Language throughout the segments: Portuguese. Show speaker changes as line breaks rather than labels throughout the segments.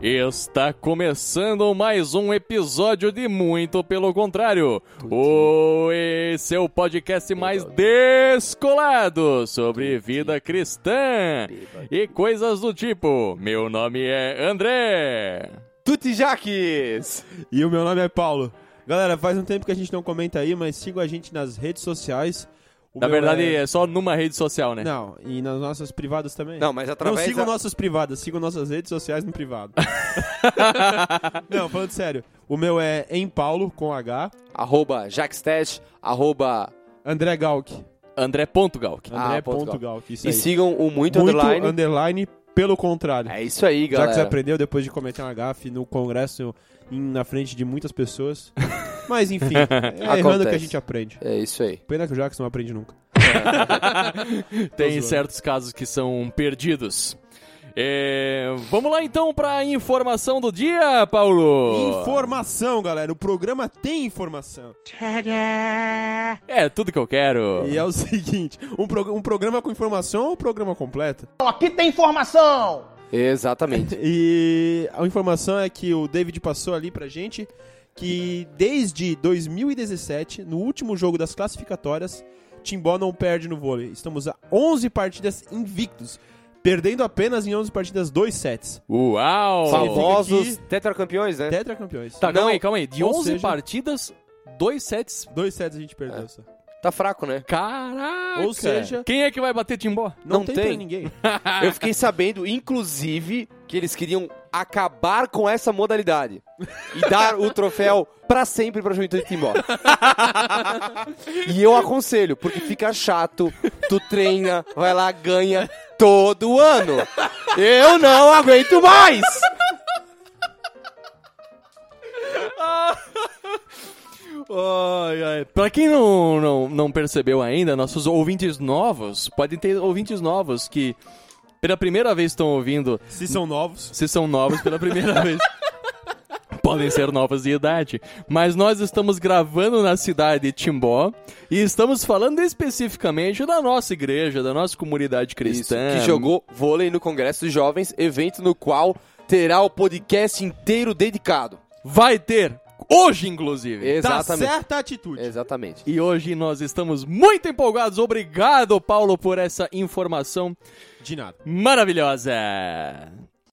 Está começando mais um episódio de Muito Pelo Contrário. O esse é o podcast mais descolado sobre vida cristã e coisas do tipo. Meu nome é André.
Tuti Jaques!
E o meu nome é Paulo. Galera, faz um tempo que a gente não comenta aí, mas siga a gente nas redes sociais. O
Na
meu
verdade,
é...
é só numa rede social, né?
Não, e nas nossas privadas também.
Não, mas através
Não sigam
da-
nossas privadas, sigam nossas redes sociais no privado. não, falando sério. O meu é em Paulo, com H,
Arroba Jackstech, arroba...
André Galk.
André Pontugal.
Ah,
André
ponto
ponto Galk. Isso
E
aí.
sigam o Muito,
Muito
Underline.
underline, pelo contrário.
É isso aí,
Já
galera.
que você aprendeu depois de cometer uma gafe no congresso em- na frente de muitas pessoas. Mas enfim, é errando que a
Acontece.
gente aprende.
É isso aí.
Pena que o Jackson não aprende nunca.
Tem
zoando.
certos casos que são perdidos. É, vamos lá então para a informação do dia, Paulo.
Informação, galera. O programa tem informação.
É tudo que eu quero.
E é o seguinte: um, prog- um programa com informação ou um programa completo?
Aqui tem informação!
Exatamente.
E a informação é que o David passou ali pra gente que desde 2017, no último jogo das classificatórias, Timbó não perde no vôlei. Estamos a 11 partidas invictos, perdendo apenas em 11 partidas dois sets.
Uau!
um
Famosos
Significa
tetracampeões, né?
Tetracampeões.
Tá,
Não,
calma aí, calma aí. De
ou
11
seja-
partidas, dois sets.
Dois sets a gente perdeu só.
Tá fraco, né?
Caraca!
Ou seja,
Quem é que vai bater Timbó?
não,
não
tem,
tem.
pra ninguém.
Eu fiquei sabendo, inclusive, que eles queriam acabar com essa modalidade. E dar o troféu pra sempre pra Juventude Timbó. E eu aconselho, porque fica chato, tu treina, vai lá, ganha todo ano. Eu não aguento mais!
Ai, ai. Pra quem não, não, não percebeu ainda, nossos ouvintes novos, podem ter ouvintes novos que pela primeira vez estão ouvindo,
Se são novos.
se são novos pela primeira vez. Podem ser novos de idade. Mas nós estamos gravando na cidade de Timbó e estamos falando especificamente da nossa igreja, da nossa comunidade
Isso,
cristã.
que jogou vôlei no Congresso de Jovens, evento no qual terá o podcast inteiro dedicado.
Vai ter! Hoje, inclusive!
Exatamente.
Tá certa a atitude.
Exatamente.
E hoje nós estamos muito empolgados. Obrigado, Paulo, por essa informação
De nada.
maravilhosa.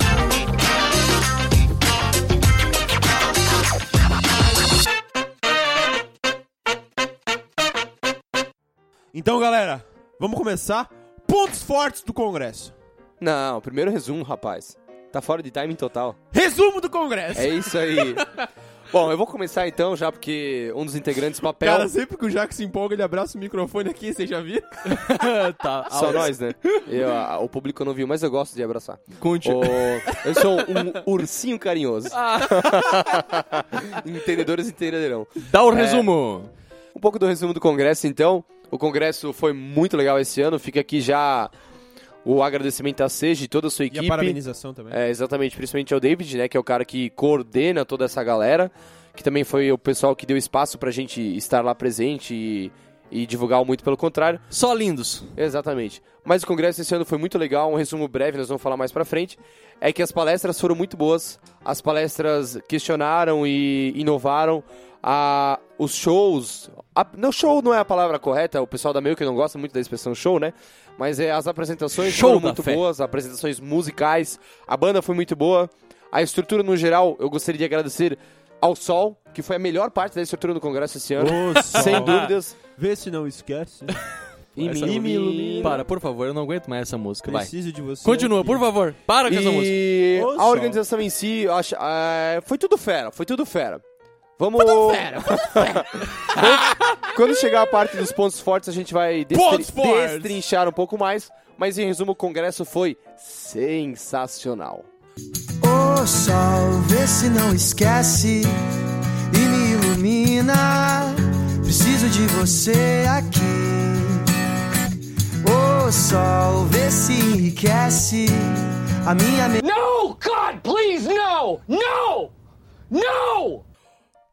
Então, galera, vamos começar. Pontos fortes do Congresso.
Não, primeiro resumo, rapaz. Tá fora de timing total.
Resumo do Congresso.
É isso aí. Bom, eu vou começar então já porque um dos integrantes papel
Cara, sempre que o Jack se empolga, ele abraça o microfone aqui, vocês já viram?
tá,
só
a-
nós, né? Eu, a- o público não viu, mas eu gosto de abraçar.
Conte.
O- eu sou um ursinho carinhoso. Entendedores entenderão.
Dá
É.
o resumo.
Um pouco do resumo do congresso, então. O congresso foi muito legal esse ano. Fica aqui já o agradecimento a Seja e toda a sua
E
equipe.
a parabenização também.
É, exatamente, principalmente ao David, né, que é o cara que coordena toda essa galera, que também foi o pessoal que deu espaço pra gente estar lá presente e, e divulgar o muito pelo contrário.
Só lindos.
Exatamente. Mas o congresso esse ano foi muito legal, um resumo breve, nós vamos falar mais pra frente, é que as palestras foram muito boas, as palestras questionaram e inovaram, a, os shows, a- não, show não é a palavra correta, o pessoal da meio que não gosta muito da expressão show, né, mas é, as apresentações
Show
foram
da
muito
fé.
boas, apresentações musicais, a banda foi muito boa, a estrutura no geral, eu gostaria de agradecer ao Sol, que foi a melhor parte da estrutura do congresso esse ano,
Ô, sol,
sem dúvidas,
Vê se não esquece. né?
e
Essa
me
não-
ilumina.
Para, por favor, eu não aguento mais essa música. Vai.
Preciso de você.
Continua, por favor. Para com essa música.
E
Ô,
a
só.
organização em si, eu acho, é, foi tudo fera, foi tudo fera. Vamos. Quando chegar a parte dos pontos fortes, a gente vai destri-
Pontos fortes!
destrinchar um pouco mais. Mas em resumo, o congresso foi sensacional.
Ô sol, vê se não esquece e me ilumina. Preciso de você aqui. Ô sol, vê se enriquece a minha mente.
No, God, please, no! No! No!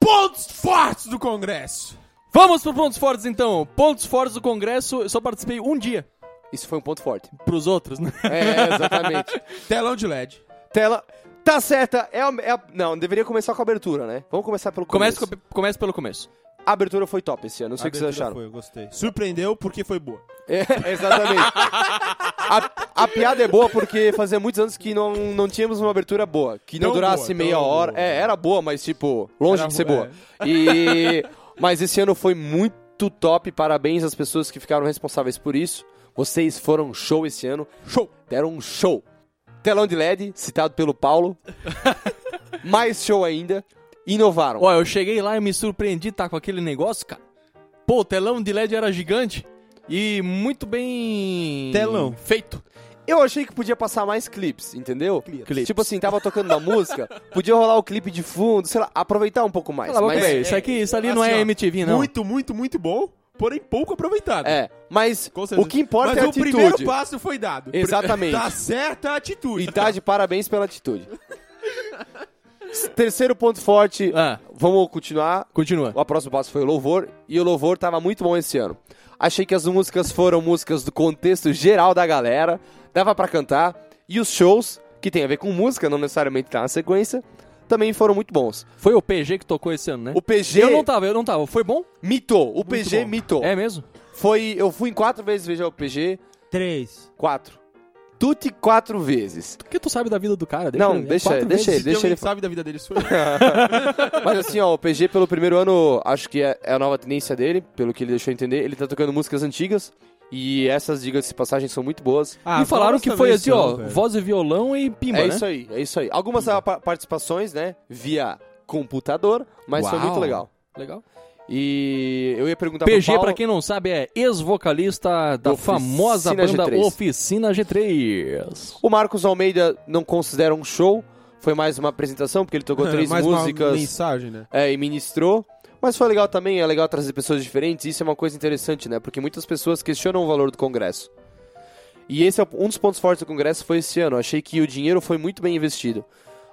Pontos fortes do Congresso.
Vamos pro pontos fortes então. Pontos fortes do congresso, eu só participei um dia
Isso foi um ponto forte.
pros outros, né?
É, exatamente.
Telão de LED.
Tela. Tá certa, é a, é a- Não, deveria começar com a abertura, né? Vamos começar pelo começo.
Começa, com- começa pelo começo.
A abertura foi top esse ano, não sei o que vocês
Abertura
acharam.
Foi, eu gostei. Surpreendeu porque foi boa.
É, exatamente. a, a piada é boa porque fazia muitos anos que não, não tínhamos uma abertura boa. Que não
Tão
durasse
boa,
meia
tão
hora.
boa.
É, era boa, mas tipo, longe
Era
de ser
boa, é.
boa. E... Mas esse ano foi muito top. Parabéns às pessoas que ficaram responsáveis por isso. Vocês foram um show esse ano.
Show!
Deram um show. Telão de LED, citado pelo Paulo. Mais show ainda. Inovaram.
Ó, eu cheguei lá e me surpreendi, tá, com aquele negócio, cara. Pô, o telão de LED era gigante e muito bem...
Telão.
Feito.
Eu achei que podia passar mais clipes, entendeu?
Clipes.
Tipo assim, tava tocando uma música, podia rolar o clipe de fundo, sei lá, aproveitar um pouco mais.
Cala a boca,
mas,
velho. Isso aqui, isso ali não é
Assim, ó,
MTV, não.
Muito, muito, muito bom, porém pouco aproveitado.
é, mas
Com certeza.
o que importa
Mas
é a
o primeiro
atitude.
passo foi dado.
Exatamente.
Tá certa a atitude.
E tá de parabéns pela atitude. Terceiro ponto forte,
Ah,
vamos continuar.
continua.
O próximo passo foi o louvor, e o louvor tava muito bom esse ano. Achei que as músicas foram músicas do contexto geral da galera, dava pra cantar, e os shows, que tem a ver com música, não necessariamente tá na sequência, também foram muito bons.
Foi o PG que tocou esse ano, né?
O PG
Eu não tava, eu não tava. Foi bom?
mitou, o PG
bom.
mitou.
É mesmo?
Foi, eu fui em quatro vezes ver o PG,
Três.
quatro. Tutti quatro vezes.
O que tu sabe da vida do cara?
Não,
ele- né?
deixa-
quatro
deixa
vezes.
Se tem
deixa
alguém
ele
que sabe da vida dele, sou eu.
Mas assim, ó, o PG pelo primeiro ano, acho que é, é a nova tendência dele, pelo que ele deixou entender, ele tá tocando músicas antigas. E essas, digas de passagem, são muito boas.
e falaram que foi assim, ó,
Voz...
voz e violão e pimba,
é
né?
isso aí, é isso aí. Algumas ah, pa- participações, né, via computador, mas foi
Uau.
muito legal.
Legal.
E eu ia perguntar pro
PG,
Paulo,
pra quem não sabe, é ex-vocalista da
Oficina
famosa banda
G3.
Oficina G3.
O Marcos Almeida não considera um show, foi mais uma apresentação, porque ele tocou três
Mais uma
músicas.
mensagem, né?
é, e ministrou. Mas foi legal também, é legal trazer pessoas diferentes. Isso é uma coisa interessante, né? Porque muitas pessoas questionam o valor do Congresso. E esse é um dos pontos fortes do Congresso foi esse ano. Achei que o dinheiro foi muito bem investido.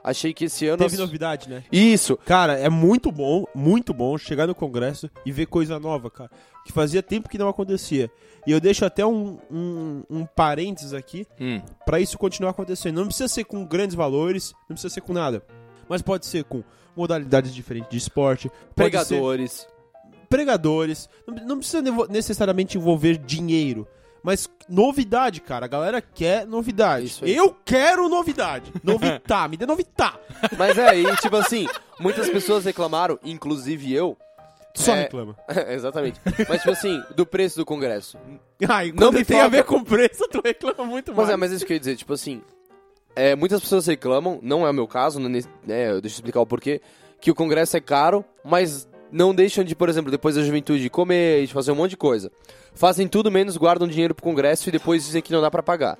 Achei que esse ano.
Teve novidade, né?
Isso!
Cara, é muito bom, muito bom chegar no congresso e ver coisa nova, cara. Que fazia tempo que não acontecia. E eu deixo até um, um, um parênteses aqui
Hum.
pra isso continuar acontecendo. Não precisa ser com grandes valores, não precisa ser com nada. Mas pode ser com modalidades diferentes de esporte, pode ser
Pregadores.
pregadores. Não, não precisa nevo- necessariamente envolver dinheiro. Mas novidade, cara. A galera quer novidade.
Isso aí.
eu quero novidade. Novitá, me dê novitá.
Mas é, e tipo assim, muitas pessoas reclamaram, inclusive eu.
Só
É.
reclama.
Exatamente. Mas tipo assim, do preço do Congresso.
Ai,
Não
quando
me
tem a
falta.
ver com preço, tu reclama muito
Mas
mais.
é, mas isso que eu ia dizer, tipo assim, é, muitas pessoas reclamam, não é o meu caso, né, né, eu- deixa eu explicar o porquê, que o congresso é caro, mas não deixam de, por exemplo, depois da juventude comer, de fazer um monte de coisa. Fazem tudo menos guardam dinheiro pro congresso e depois dizem que não dá pra pagar.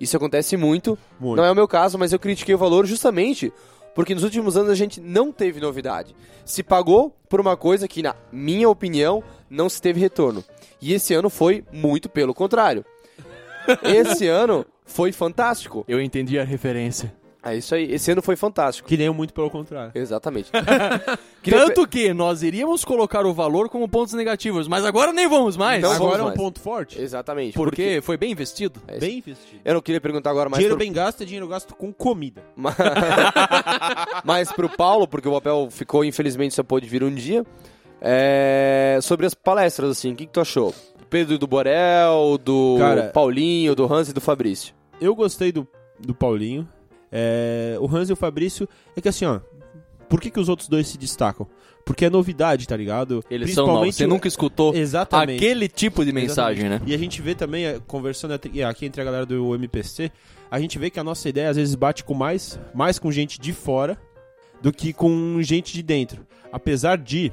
Isso acontece muito,
Muito.
não é o meu caso, mas eu critiquei o valor justamente porque nos últimos anos a gente não teve novidade. Se pagou por uma coisa que, na minha opinião, não se teve retorno. E esse ano foi muito pelo contrário. Esse ano foi fantástico.
Eu entendi a referência.
É isso aí. Esse ano foi fantástico.
Que nem eu, muito pelo contrário.
Exatamente.
Tanto que nós iríamos colocar o valor como pontos negativos, mas agora nem vamos mais.
Não
Agora é um
Então mais.
ponto forte.
Exatamente.
porque, foi bem investido.
É isso.
Bem investido.
Eu não queria perguntar agora mais
dinheiro
pro...
bem gasto é dinheiro gasto com comida.
mais pro Paulo, porque o papel ficou, infelizmente, só pôde vir um dia. É, Sobre as palestras, assim, o que, que tu achou? Pedro do Borel, do
Cara-
Paulinho, do Hans e do Fabrício.
Eu gostei do, do Paulinho. É, o Hans e o Fabrício. É que assim, ó. Por que, que os outros dois se destacam? Porque é novidade, tá ligado?
Eles são novos. Você
o-
nunca escutou
Exatamente.
aquele tipo de mensagem, né?
E a gente vê também, eh, conversando entre- aqui entre a galera do MPC, a gente vê que a nossa ideia às vezes bate com mais, mais com gente de fora do que com gente de dentro. Apesar de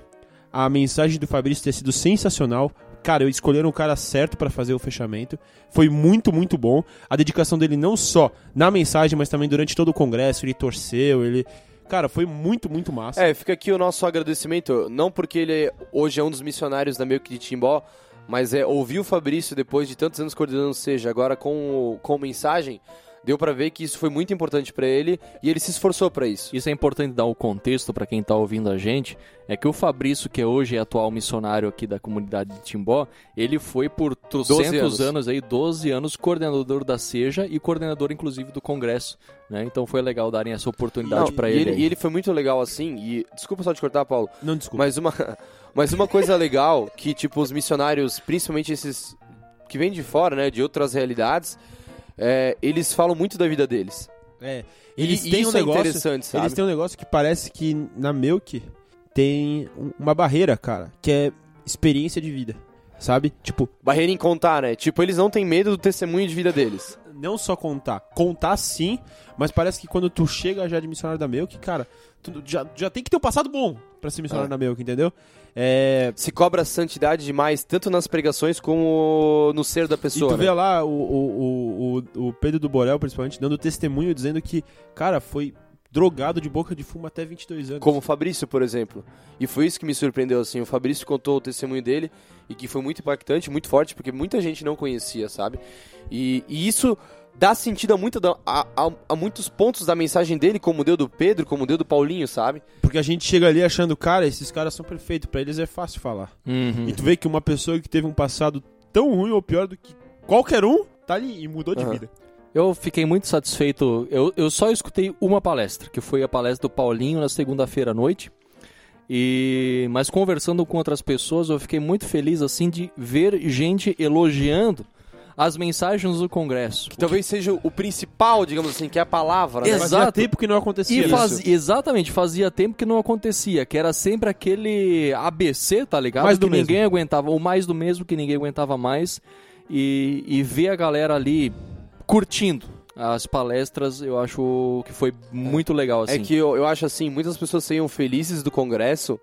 a mensagem do Fabrício ter sido sensacional, cara, eu escolheram o cara certo pra fazer o fechamento. Foi muito, muito bom. A dedicação dele não só na mensagem, mas também durante todo o congresso, ele torceu, ele Cara, foi muito, muito massa.
É, fica aqui o nosso agradecimento, não porque ele hoje é um dos missionários da meio que de Timbó, mas é ouvir o Fabrício depois de tantos anos coordenando, seja agora com, com mensagem, Deu pra ver que isso foi muito importante pra ele e ele se esforçou pra isso.
Isso é importante dar o contexto para quem está ouvindo a gente, é que o Fabrício, que hoje é atual missionário aqui da comunidade de Timbó, ele foi por 300 anos.
anos.
aí, 12 anos, coordenador da SEJA e coordenador, inclusive, do Congresso, né? Então foi legal darem essa oportunidade
Não,
para
e
ele. aí.
e ele foi muito legal assim, e desculpa só te cortar, Paulo,
Não, desculpa.
Mas uma, mas uma coisa legal que, tipo, os missionários, principalmente esses que vêm de fora, né, de outras realidades, é, eles falam muito da vida deles.
É, eles
E
têm
isso
um
é
negócio.
interessante, sabe?
Eles têm um negócio que parece que na Milk tem um- uma barreira, cara, que é experiência de vida. Sabe? Tipo,
Barreira em contar, né? Tipo, eles não têm medo do testemunho de vida deles.
não só contar. Contar sim, mas parece que quando tu chega já de missionário da Milk, cara, tu já, já tem que ter um passado bom pra ser missionário
É.
da Milk, entendeu? É.
Se cobra santidade demais, tanto nas pregações como no ser da
E
pessoa.
tu
né?
vê lá o, o, o, o- o Pedro do Borel, principalmente, dando testemunho, dizendo que, cara, foi drogado de boca de fumo até 22 anos.
Como o Fabrício, por exemplo. E foi isso que me surpreendeu, assim. O Fabrício contou o testemunho dele e que foi muito impactante, muito forte, porque muita gente não conhecia, sabe? E, e isso dá sentido a, muita da- a- a- a muitos pontos da mensagem dele, como deu do Pedro, como deu do Paulinho, sabe?
Porque a gente chega ali achando, cara, esses caras são perfeitos, pra eles é fácil falar.
Uhum.
E tu vê que uma pessoa que teve um passado tão ruim ou pior do que qualquer um, tá ali e mudou de
Aham.
vida.
Eu fiquei muito satisfeito. Eu, eu só escutei uma palestra, que foi a palestra do Paulinho na segunda-feira à noite. E mas conversando com outras pessoas, eu fiquei muito feliz assim de ver gente elogiando as mensagens do congresso.
Que talvez seja o principal, digamos assim, que é a palavra, né?
Exato.
Fazia tempo que não acontecia
E
isso.
faz, exatamente, fazia tempo que não acontecia, que era sempre aquele ABC, tá ligado?
Mais do
que
mesmo.
ninguém aguentava, ou mais do mesmo que ninguém aguentava mais. E, e ver a galera ali curtindo as palestras, eu acho que foi muito legal, assim.
É que eu, eu acho assim, muitas pessoas saiam felizes do Congresso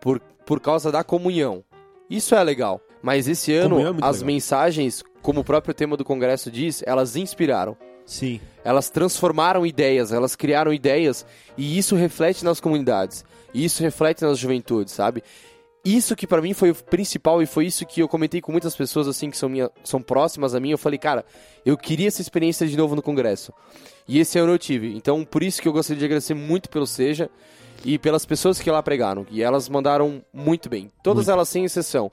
por, por causa da comunhão. Isso é legal. Mas esse ano,
Comunhão é muito
as
legal.
mensagens, como o próprio tema do Congresso diz, elas inspiraram.
Sim.
Elas transformaram ideias, elas criaram ideias. E isso reflete nas comunidades. E isso reflete nas juventudes, sabe? Isso que pra mim foi o principal e foi isso que eu comentei com muitas pessoas assim que são, minha, são próximas a mim. Eu falei, cara, eu queria essa experiência de novo no Congresso. E esse ano eu tive. Então, por isso que eu gostaria de agradecer muito pelo Seja e pelas pessoas que lá pregaram. E elas mandaram muito bem. Todas elas, sem exceção.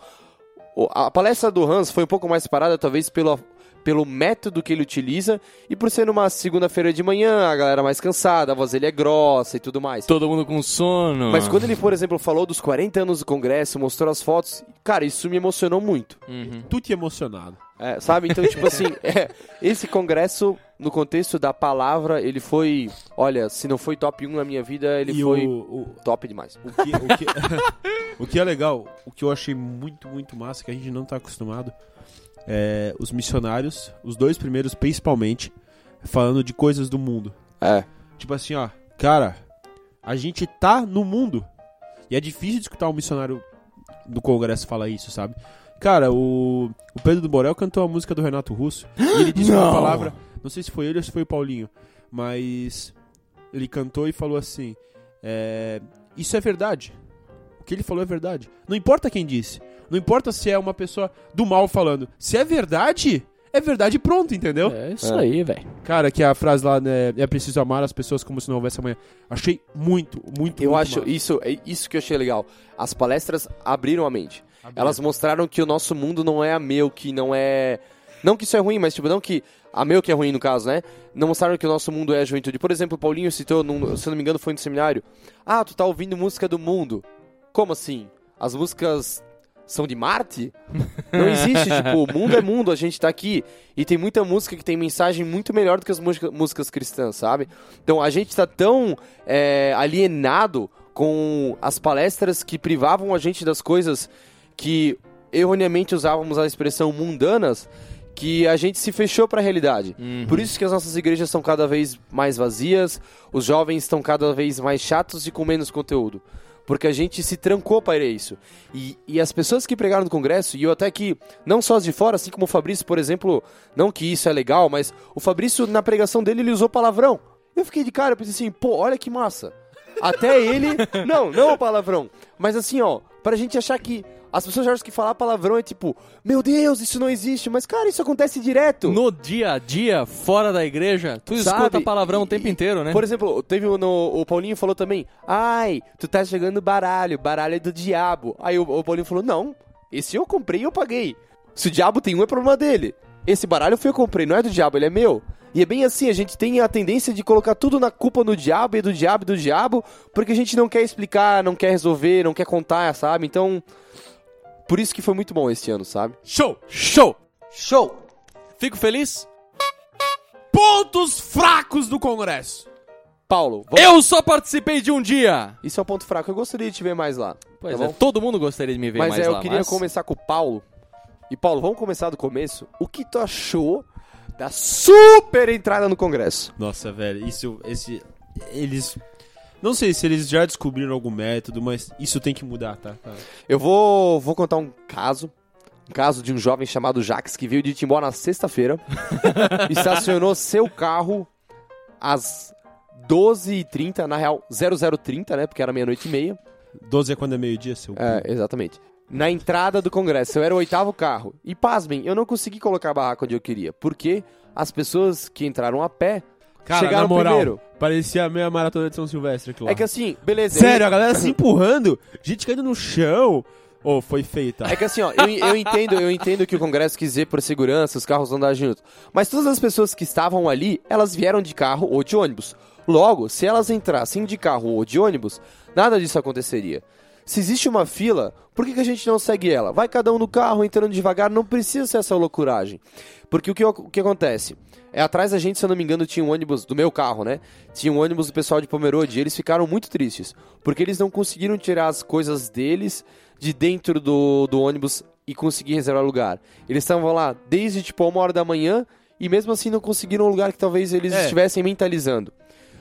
O- A palestra do Hans foi um pouco mais parada, talvez pelo, pelo método que ele utiliza e por ser numa segunda-feira de manhã, a galera mais cansada, a voz dele é grossa e tudo mais.
Todo mundo com sono.
Ah.
Mas quando ele, por exemplo, falou dos 40 anos do Congresso, mostrou as fotos, cara, isso me emocionou muito.
Uhum.
Tu te emocionado.
É, sabe? Então, tipo assim, é, esse Congresso, no contexto da palavra, ele foi. Olha, se não foi top 1 na minha vida, ele
e
foi
o, o-
top demais.
o que, o, que, o que é legal, o que eu achei muito, muito massa, que a gente não tá acostumado, é os missionários, os dois primeiros principalmente, falando de coisas do mundo.
É.
Tipo assim, ó, cara, a gente tá no mundo. E é difícil de escutar um missionário do Congresso falar isso, sabe? Cara, o, o Pedro do Borel cantou a música do Renato Russo. E ele disse uma palavra, não sei se foi ele ou se foi o Paulinho, mas ele cantou e falou assim: é, Isso é verdade. O que ele falou é verdade. Não importa quem disse. Não importa se é uma pessoa do mal falando. Se é verdade, é verdade e pronto, entendeu?
É isso aí, velho.
Cara, que a frase lá, né? É preciso amar as pessoas como se não houvesse amanhã. Achei muito, muito,
Eu
muito
acho
massa.
isso, é isso que eu achei legal. As palestras abriram a mente. Elas mostraram que o nosso mundo não é a meu, que não é. Não que isso é ruim, mas tipo, não que. A meu que é ruim no caso, né? Não mostraram que o nosso mundo é a juventude. Por exemplo, o Paulinho citou, num- se eu não me engano, foi no seminário. Ah, tu tá ouvindo música do mundo. Como assim? As músicas são de Marte? Não existe, tipo, o mundo é mundo, a gente tá aqui. E tem muita música que tem mensagem muito melhor do que as música- músicas cristãs, sabe? Então a gente tá tão é, alienado com as palestras que privavam a gente das coisas que erroneamente usávamos a expressão mundanas, que a gente se fechou pra realidade. Por isso que as nossas igrejas são cada vez mais vazias, os jovens estão cada vez mais chatos e com menos conteúdo. Porque a gente se trancou para isso. E, e as pessoas que pregaram no Congresso, e eu até que, não só as de fora, assim como o Fabrício, por exemplo, não que isso é legal, mas o Fabrício, na pregação dele, ele usou palavrão. Eu fiquei de cara, eu pensei assim, pô, olha que massa. Até ele. Não, não o palavrão. Mas assim, ó, pra gente achar que As pessoas acham que falar palavrão é tipo, meu Deus, isso não existe. Mas, cara, isso acontece direto.
No dia a dia, fora da igreja, tu
Sabe?
escuta palavrão o
E-
tempo inteiro, né?
Por exemplo, teve o no- o Paulinho falou também, ai, tu tá jogando baralho, baralho é do diabo. Aí o, o Paulinho falou, não, esse eu comprei e eu paguei. Se o diabo tem um, é problema dele. Esse baralho foi eu comprei, não é do diabo, ele é meu. E é bem assim, a gente tem a tendência de colocar tudo na culpa no diabo e do diabo e do diabo, porque a gente não quer explicar, não quer resolver, não quer contar, sabe? Então, por isso que foi muito bom esse ano, sabe?
Show!
Show!
Show!
Fico feliz?
Pontos fracos do Congresso.
Paulo, vamos...
Eu só participei de um dia!
isso é um ponto fraco, eu gostaria de te ver mais lá.
Pois
tá
é,
bom?
todo mundo gostaria de me ver
Mas
mais
é, eu
lá,
queria
mas-
começar com o Paulo. E Paulo, vamos começar do começo. O que tu achou da super entrada no Congresso?
Nossa, velho, isso. Esse. Eles. Não sei se eles já descobriram algum método, mas isso tem que mudar, tá? Tá.
Eu vou, vou contar um caso. Um caso de um jovem chamado Jax que veio de Timbó na sexta-feira. estacionou seu carro às 12h30, na real 00h30, né? Porque era meia-noite e meia.
12 é quando é meio-dia, seu.
É, exatamente. Na entrada do Congresso, eu era o oitavo carro. E pasmem, eu não consegui colocar a barraca onde eu queria. Porque as pessoas que entraram a pé
Cara,
chegaram
na moral,
primeiro.
parecia a meia maratona de São Silvestre aquilo lá.
É que assim, beleza.
Sério,
eu-
a galera é assim, se empurrando, gente caindo no chão. Ô, foi feio, tá?
É que assim, ó, eu, eu entendo, eu entendo que o Congresso quis dizer por segurança, os carros andar juntos. Mas todas as pessoas que estavam ali, elas vieram de carro ou de ônibus. Logo, se elas entrassem de carro ou de ônibus, nada disso aconteceria. Se existe uma fila, por que, que a gente não segue ela? Vai cada um no carro, entrando devagar, não precisa ser essa loucuragem. Porque o que, o que acontece? É atrás da gente, se eu não me engano, tinha um ônibus do meu carro, né? Tinha um ônibus do pessoal de Pomerode e eles ficaram muito tristes. Porque eles não conseguiram tirar as coisas deles de dentro do, do ônibus e conseguir reservar lugar. Eles estavam lá desde tipo uma hora da manhã e mesmo assim não conseguiram um lugar que talvez eles
É.
estivessem mentalizando.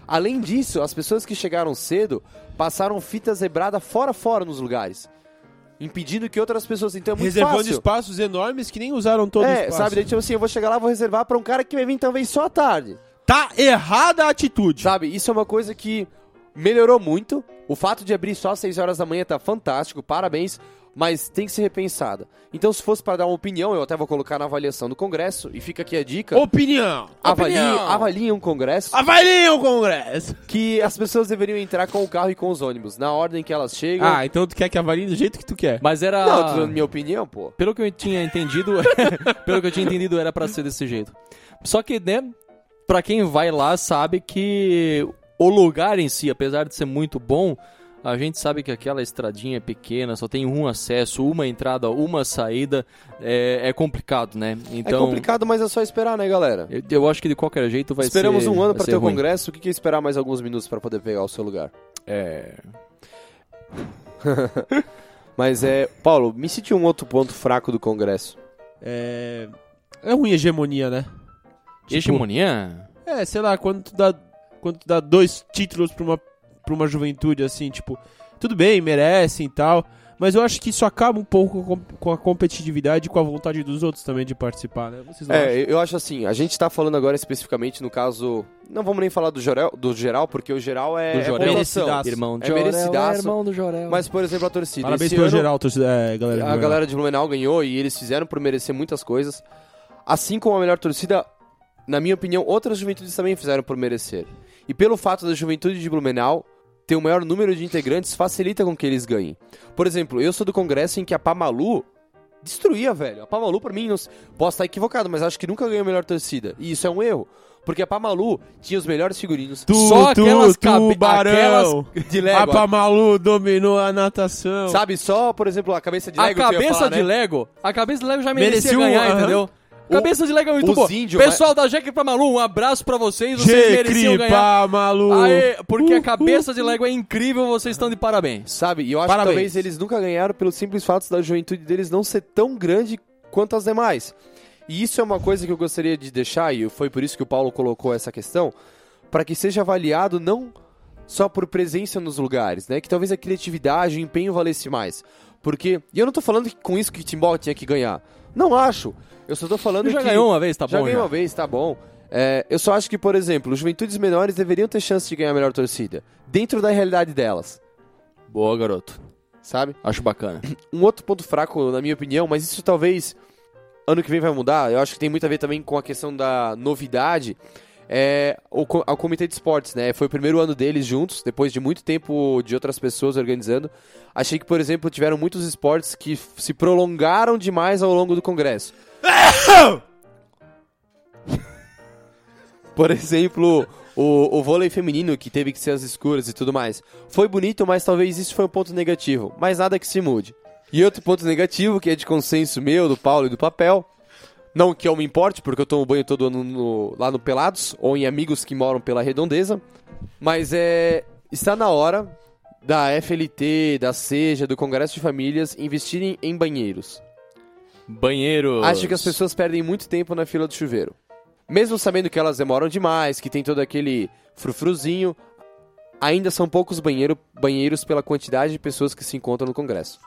Além disso, as pessoas que chegaram cedo passaram fita zebrada fora fora nos lugares, impedindo que outras pessoas então é muito
Reservando
fácil.
espaços enormes que nem usaram todo o
é,
espaço.
sabe, daí tipo assim, eu vou chegar lá, vou reservar pra um cara que vai vir talvez só à tarde.
Tá errada a atitude.
Sabe, isso é uma coisa que melhorou muito. O fato de abrir só às 6 horas da manhã tá fantástico, parabéns, mas tem que ser repensada. Então, se fosse pra dar uma opinião, eu até vou colocar na avaliação do Congresso, e fica aqui a dica.
Opinião.
Avalie,
Opinião.
avalie um congresso
Avaliem o Congresso.
que as pessoas deveriam entrar com o carro e com os ônibus, na ordem que elas chegam.
Ah, então tu quer que avaliem do jeito que tu quer.
Mas era.
Não, eu tô dando minha opinião, pô.
Pelo que eu tinha entendido, pelo que eu tinha entendido era pra ser desse jeito. Só que, né, pra quem vai lá sabe que o lugar em si, apesar de ser muito bom, a gente sabe que aquela estradinha é pequena, só tem um acesso, uma entrada, uma saída, é, é complicado, né? Então,
É complicado, mas é só esperar, né, galera?
Eu, eu acho que de qualquer jeito vai
Esperamos
ser
um ano
vai
pra
ser
ter o
ruim.
congresso, o que que é esperar mais alguns minutos pra poder pegar o seu lugar?
É,
Mas é, Paulo, me cite um outro ponto fraco do congresso.
É. É ruim hegemonia, né? Tipo,
hegemonia?
É, sei lá, quando tu dá, quando tu dá dois títulos pra uma, pra uma juventude, assim, tipo, tudo bem, merecem e tal. Mas eu acho que isso acaba um pouco com- com a competitividade e com a vontade dos outros também de participar, né? Vocês não acham?
É, eu- eu acho assim, a gente tá falando agora especificamente no caso, não vamos nem falar do geral, do geral porque o geral é,
Do
é
Jorel.
pontuação.
Merecidaço.
Irmão do
É
Jorel,
merecidaço.
irmão do Jorel.
Mas, por exemplo, a torcida.
Parabéns
Esse
pelo
ano,
geral, torcida, é,
A
galera. Blumenau.
galera de Blumenau ganhou e eles fizeram por merecer muitas coisas. Assim como a melhor torcida, na minha opinião, outras juventudes também fizeram por merecer. E pelo fato da juventude de Blumenau ter o maior número de integrantes, facilita com que eles ganhem. Por exemplo, eu sou do congresso em que a Pamalu destruía, velho. A Pamalu, pra mim, não... s- posso estar equivocado, mas acho que nunca ganhou a melhor torcida. E isso é um erro. Porque a Pamalu tinha os melhores figurinos.
Tu,
Só
tu,
aquelas cabe-
tubarão.
de
A
Lego.
Pamalu dominou a natação.
Sabe, só, por exemplo, a cabeça de
a
Lego. que eu ia
cabeça
falar,
de
né?
Lego, a cabeça de Lego já merecia,
Merecia um,
ganhar,
aham.
entendeu?
O-
Cabeça de Lego é muito
os
boa.
índio,
Pessoal da Jack pra Malu, um abraço pra vocês, vocês mereciam
Checri,
ganhar.
Pamalu.
Aê, porque a
Uh,
cabeça de Lego é incrível, vocês estão de parabéns.
Sabe? E eu acho
Parabéns.
que talvez eles nunca ganharam pelo simples fato da juventude deles não ser tão grande quanto as demais. E isso é uma coisa que eu gostaria de deixar, e foi por isso que o Paulo colocou essa questão, para que seja avaliado não só por presença nos lugares, né? Que talvez a criatividade, o empenho valesse mais. Porque, e eu não tô falando que com isso que o Timbó tinha que ganhar. Não acho. Eu só tô falando
Já
que
ganhou uma vez, tá
já
bom?
ganhei uma vez, tá bom. É, eu só acho que, por exemplo, os juventudes menores deveriam ter chance de ganhar a melhor torcida. Dentro da realidade delas.
Boa, garoto.
sabe?
Acho bacana.
Um outro ponto fraco, na minha opinião, mas isso talvez ano que vem vai mudar, eu acho que tem muito a ver também com a questão da novidade, é o, co- ao Comitê de Esportes, né? Foi o primeiro ano deles juntos, depois de muito tempo de outras pessoas organizando. Achei que, por exemplo, tiveram muitos esportes que f- se prolongaram demais ao longo do Congresso. por exemplo, o, o vôlei feminino que teve que ser as escuras e tudo mais. Foi bonito, mas talvez isso foi um ponto negativo. Mas nada que se mude. E outro ponto negativo, que é de consenso meu, do Paulo e do papel. Não que eu me importe, porque eu tomo banho todo ano no- lá no Pelados, ou em amigos que moram pela redondeza. Mas é. Está na hora da FLT, da SEJA, do Congresso de Famílias investirem em banheiros.
Banheiro.
Acho que as pessoas perdem muito tempo na fila do chuveiro. Mesmo sabendo que elas demoram demais, que tem todo aquele frufruzinho, ainda são poucos banheiro, banheiros pela quantidade de pessoas que se encontram no Congresso.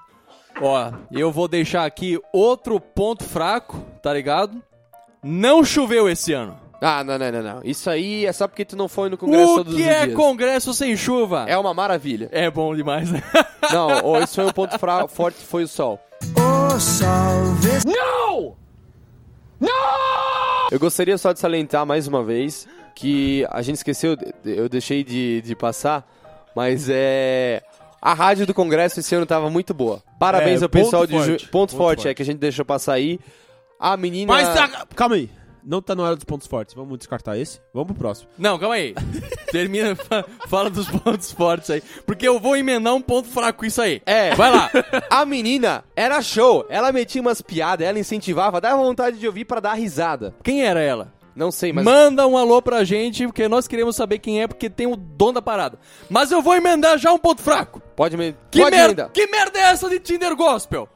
Ó, eu vou deixar aqui outro ponto fraco, tá ligado? Não choveu esse ano.
Ah, não, não, não, não. Isso aí é só porque tu não foi no Congresso
O
todos
que
os
é
dias.
congresso sem chuva?
É uma maravilha.
É bom demais, né?
Não, ó, esse foi um ponto fra- forte, foi o sol.
O sol vê
No! No!
Eu gostaria só de salientar mais uma vez que a gente esqueceu, eu deixei de, de passar, mas é. A rádio do Congresso esse ano tava muito boa. Parabéns
É,
ao pessoal
ponto
de. Ju...
forte.
Ponto,
Ponto
forte, é
forte.
que a gente deixou passar aí. A menina.
Mas tá- calma aí. Não tá na hora dos pontos fortes. Vamos descartar esse. Vamos pro próximo.
Não, calma aí. Termina, fa- fala dos pontos fortes aí. Porque eu vou emendar um ponto fraco com isso aí.
É.
Vai lá.
A menina era show. Ela metia umas piadas, ela incentivava, dava vontade de ouvir pra dar risada.
Quem era ela?
Não sei, mas.
Manda um alô pra gente, porque nós queremos saber quem é, porque tem o dom da parada. Mas eu vou emendar já um ponto fraco.
Pode me.
Que,
pode
merda,
ainda.
que merda é essa de Tinder Gospel?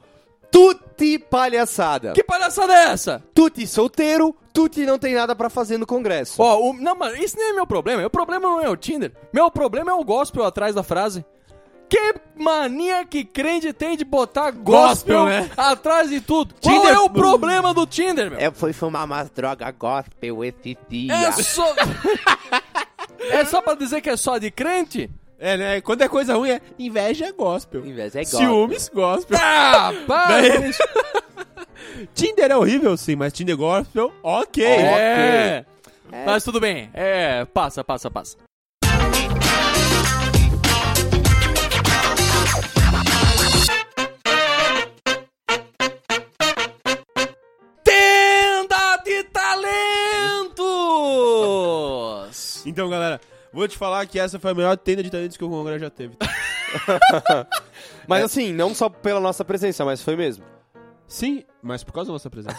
Tutti palhaçada.
Que palhaçada é essa?
Tutti solteiro, tutti não tem nada pra fazer no Congresso.
Ó, o- não, mas isso nem é meu problema. O problema não é o Tinder. Meu problema é o gospel atrás da frase. Que mania que crente tem de botar gospel,
Gospel, né?
atrás de tudo? Qual
Tinder-
é o problema do Tinder, meu?
Eu fui fumar umas drogas gospel esse dia.
É só. é só pra dizer que é só de crente?
É, né? Quando é coisa ruim, é inveja é gospel.
Inveja é gospel.
Ciúmes, gospel.
Ah, para!
Tinder é horrível, sim, mas Tinder gospel, ok.
É. Mas tudo bem. É, passa, passa, passa. Tenda de talentos!
Então, galera, vou te falar que essa foi a melhor tenda de talentos que o Congresso já teve.
Mas assim, não só pela nossa presença, mas foi mesmo.
sim, mas por causa da nossa presença.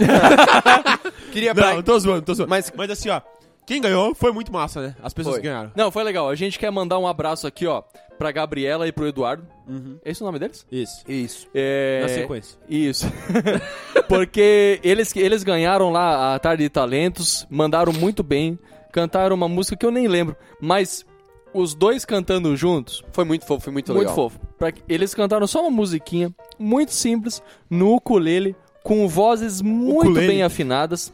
Queria
Não, tô zoando, tô zoando.
Mas-
Mas, assim, ó, quem ganhou foi muito massa, né? As pessoas
Foi.
que ganharam.
Não, foi legal. A gente quer mandar um abraço aqui, ó, pra Gabriela e pro Eduardo. Esse é o nome deles?
Isso.
Isso.
É...
Na sequência.
Isso. Porque eles, eles ganharam lá a tarde de talentos, mandaram muito bem, cantaram uma música que eu nem lembro, mas os dois cantando juntos,
Foi muito fofo, foi muito,
muito
legal.
fofo. Pra que- eles cantaram só uma musiquinha, muito simples, no ukulele, com vozes muito
Ukulele.
bem afinadas.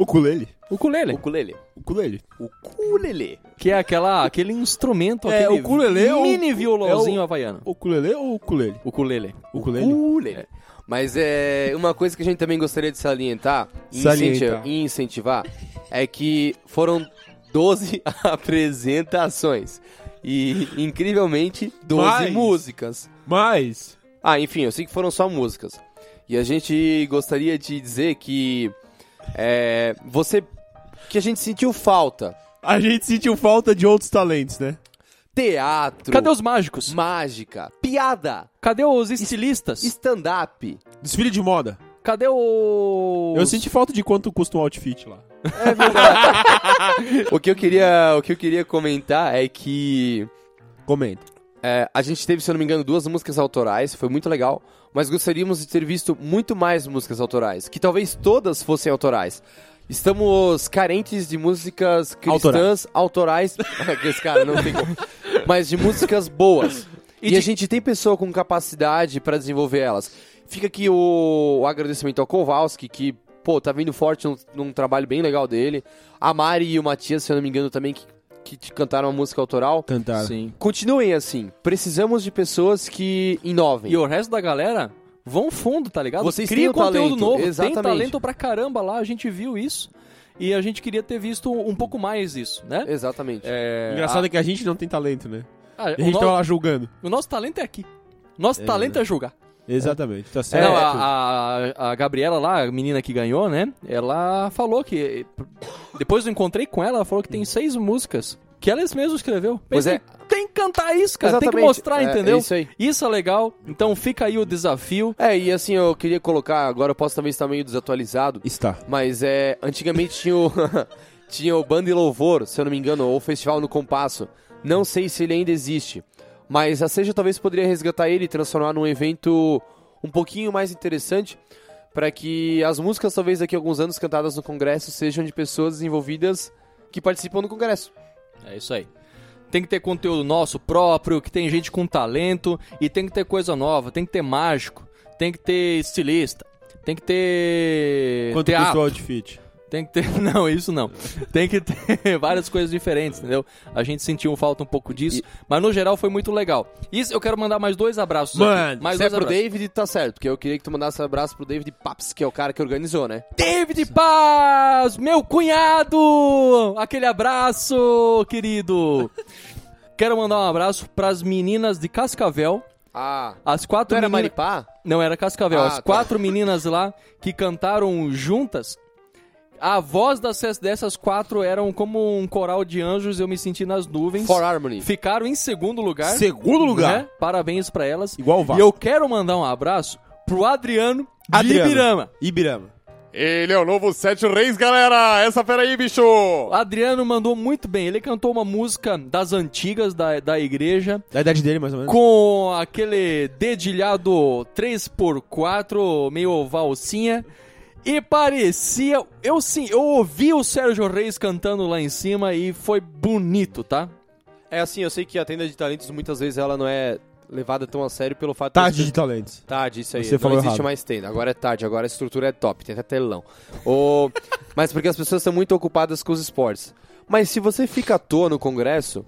O culele.
Ukulele,
Ukulele.
O culele.
Ukulele.
que é aquela, aquele instrumento,
É,
aquele
ukulele é o-
mini violãozinho
é o-
havaiano.
O culele ou o culele?
Ukulele.
O culele.
Ukulele. Uh, Mas é uma coisa que a gente também gostaria de salientar e
Salientar.
incenti- e incentivar é que foram 12 apresentações e incrivelmente 12
Mas-
músicas.
Mas.
Ah, enfim, eu sei que foram só músicas. E a gente gostaria de dizer que é, você que a gente sentiu falta
A gente sentiu falta de outros talentos, né?
teatro,
Cadê os mágicos?
mágica, piada,
Cadê os estilistas?
stand-up.
Desfile de moda.
Cadê o.
Eu senti falta de quanto custa um outfit lá.
O que eu queria, o que eu queria comentar é que
Comenta.
é, a gente teve, se eu não me engano, duas músicas autorais, foi muito legal, mas gostaríamos de ter visto muito mais músicas autorais, que talvez todas fossem autorais. Estamos carentes de músicas cristãs autorais, é Que esse cara não tem como. mas de músicas boas. E, a gente tem pessoa com capacidade pra desenvolver elas. Fica aqui o, o agradecimento ao Kowalski, que, pô, tá vindo forte num, num trabalho bem legal dele. A Mari e o Matias, se eu não me engano, também, que que te cantaram a música autoral.
Cantaram.
Sim.
Continuem assim. Precisamos de pessoas que inovem.
E o resto da galera vão fundo, tá ligado?
Vocês
Cria
têm o
conteúdo
talento,
novo, tem
exatamente.
talento pra caramba lá, a gente viu isso. E a gente queria ter visto um pouco mais isso, né?
Exatamente.
É,
Engraçado é que a gente não tem talento, né?
a- a-
A
o,
gente
no-
tá lá julgando.
o nosso talento é aqui. Nosso
É,
talento é julgar.
Exatamente. Tá
É,
certo.
não, a, a- a Gabriela lá, a menina que ganhou, né? Ela falou que. Depois eu encontrei com ela, ela falou que tem seis músicas que ela mesma escreveu.
Hum. Pois é.
Tem que cantar isso, cara. Tem
Exatamente.
que mostrar,
É,
entendeu?
é isso aí.
Isso é legal. Então fica aí o desafio.
É, e assim, eu queria colocar, agora eu posso também estar meio desatualizado,
Está.
mas é, antigamente tinha o, tinha o Banda e Louvor, se eu não me engano, ou o Festival no Compasso. Não sei se ele ainda existe, mas a Seja talvez poderia resgatar ele e transformar num evento um pouquinho mais interessante para que as músicas, talvez daqui a alguns anos, cantadas no Congresso sejam de pessoas envolvidas que participam do Congresso.
É isso aí. Tem que ter conteúdo nosso próprio, que tem gente com talento e tem que ter coisa nova, tem que ter mágico, tem que ter estilista, tem que ter
Quanto
teatro.
custa o outfit?
Tem que ter. Não, isso não. Tem que ter várias coisas diferentes, entendeu? A gente sentiu falta um pouco disso, mas no geral foi muito legal. Isso eu quero mandar mais dois abraços. aqui.
Mano,
mais
Se é
dois
pro
abraços.
David, tá certo, porque eu queria que tu mandasse um abraço pro David Paps, que é o cara que organizou, né?
David Paz, meu cunhado! Aquele abraço, querido! quero mandar um abraço pras meninas de Cascavel.
Ah,
As
tu
quatro
era
meninas.
Maripá?
Não, era Cascavel.
Ah,
As
tá.
quatro meninas lá que cantaram juntas. A voz dessas, dessas quatro eram como um coral de anjos, eu me senti nas nuvens.
For Harmony.
Ficaram em segundo lugar.
Segundo lugar.
É? Né? Parabéns pra elas.
Igual o Vasco.
E eu quero mandar um abraço pro Adriano, de
Adriano.
Ibirama.
Ibirama.
Ele é o novo Sete Reis, galera! Essa fera aí, bicho!
O Adriano mandou muito bem. Ele cantou uma música das antigas da, da igreja
Da idade dele, mais ou menos.
com aquele dedilhado 3x4, meio valsinha. E parecia. Eu sim, eu ouvi o Sérgio Reis cantando lá em cima e foi bonito, tá?
É assim, eu sei que a tenda de talentos muitas vezes ela não é levada tão a sério pelo fato
Tarde
de...
Tá, de talentos.
Tarde, isso aí.
Você
não
falou
existe
errado.
mais tenda. Agora é tarde, agora a estrutura é top, tem até telão. Ô, Mas porque as pessoas são muito ocupadas com os esportes. Mas se você fica à toa no congresso,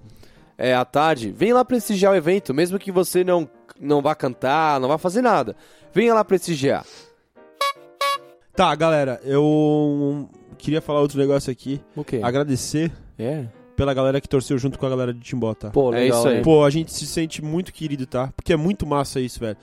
é, à tarde, vem lá prestigiar o evento, mesmo que você não, não vá cantar, não vá fazer nada. Venha lá prestigiar.
Tá, galera, eu queria falar outro negócio aqui.
O quê?
Agradecer
É.
pela galera que torceu junto com a galera de Timbó, tá?
Pô,
É isso aí.
Pô, a gente se sente muito querido, tá? Porque é muito massa isso, velho.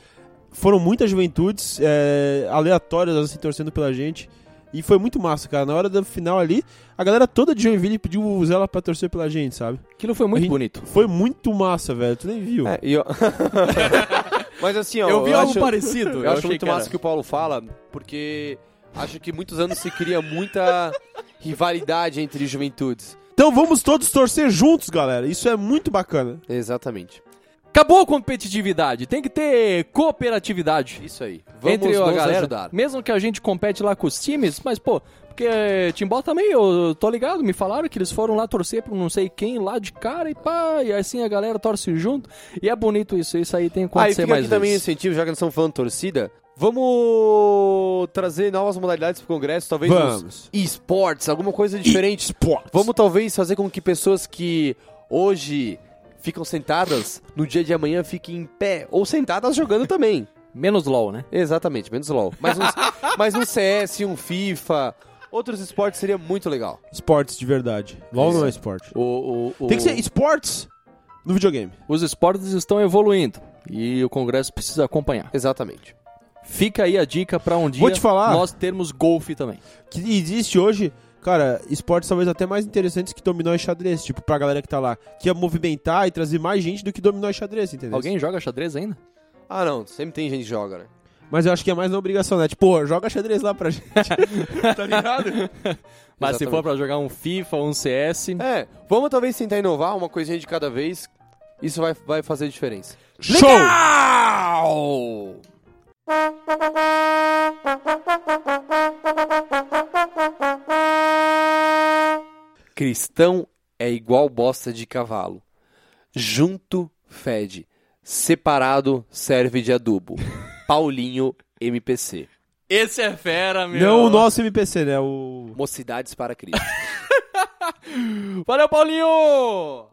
Foram muitas juventudes é, aleatórias assim torcendo pela gente. E foi muito massa, cara. Na hora do final ali, a galera toda de Joinville pediu o Zela pra torcer pela gente, sabe?
Aquilo foi muito
A gente-
bonito.
Foi muito massa, velho. Tu nem viu.
É, e eu- Mas assim, ó,
Eu vi algo
acho-
parecido.
Eu,
achei
acho muito
que era.
massa o que o Paulo fala, porque acho que muitos anos se cria muita rivalidade entre juventudes.
Então vamos todos torcer juntos, galera. Isso é muito bacana.
Exatamente.
Acabou a competitividade, tem que ter cooperatividade
Isso aí. Vamos
entre a
nos
galera.
ajudar.
Mesmo que a gente compete lá com os times, mas pô, porque eh, Timbó também, eu tô ligado, me falaram que eles foram lá torcer pra um não sei quem lá de cara e pá, e assim a galera torce junto. E é bonito isso, isso aí tem que
Aí
acontecer
fica
mais
aqui também o
vezes.
incentivo, já que nós estamos falando torcida, vamos trazer novas modalidades pro congresso, talvez uns
Vamos.
esportes, alguma coisa diferente.
Esportes.
Vamos talvez fazer com que pessoas que hoje ficam sentadas, no dia de amanhã fiquem em pé ou sentadas jogando também.
Menos LOL, né?
Exatamente, menos LOL. Mas um, mas um CS, um FIFA, outros esportes seria muito legal.
Esportes de verdade. LOL não é esporte.
O- o- o-
Tem que ser esportes no videogame.
Os esportes estão evoluindo e o Congresso precisa acompanhar.
Exatamente.
Fica aí a dica pra um dia
Vou te falar.
nós termos golfe também.
que existe hoje, cara, esportes talvez até mais interessantes que dominó e xadrez, tipo, pra galera que tá lá, que ia movimentar e trazer mais gente do que dominó e xadrez, entendeu?
Alguém joga xadrez ainda?
Ah, não, sempre tem gente que joga, né?
Mas eu acho que é mais uma obrigação, né? Tipo, pô, joga xadrez lá pra gente. tá ligado?
Mas se
Exatamente.
for pra jogar um FIFA, um CS,
É, vamos talvez tentar inovar uma coisinha de cada vez. Isso vai, vai fazer diferença.
Show!
Cristão é igual bosta de cavalo. Junto fede, separado serve de adubo. Paulinho MPC.
Esse é fera, meu.
Não o nosso MPC, né? O.
Mocidades para Cristo.
Valeu, Paulinho!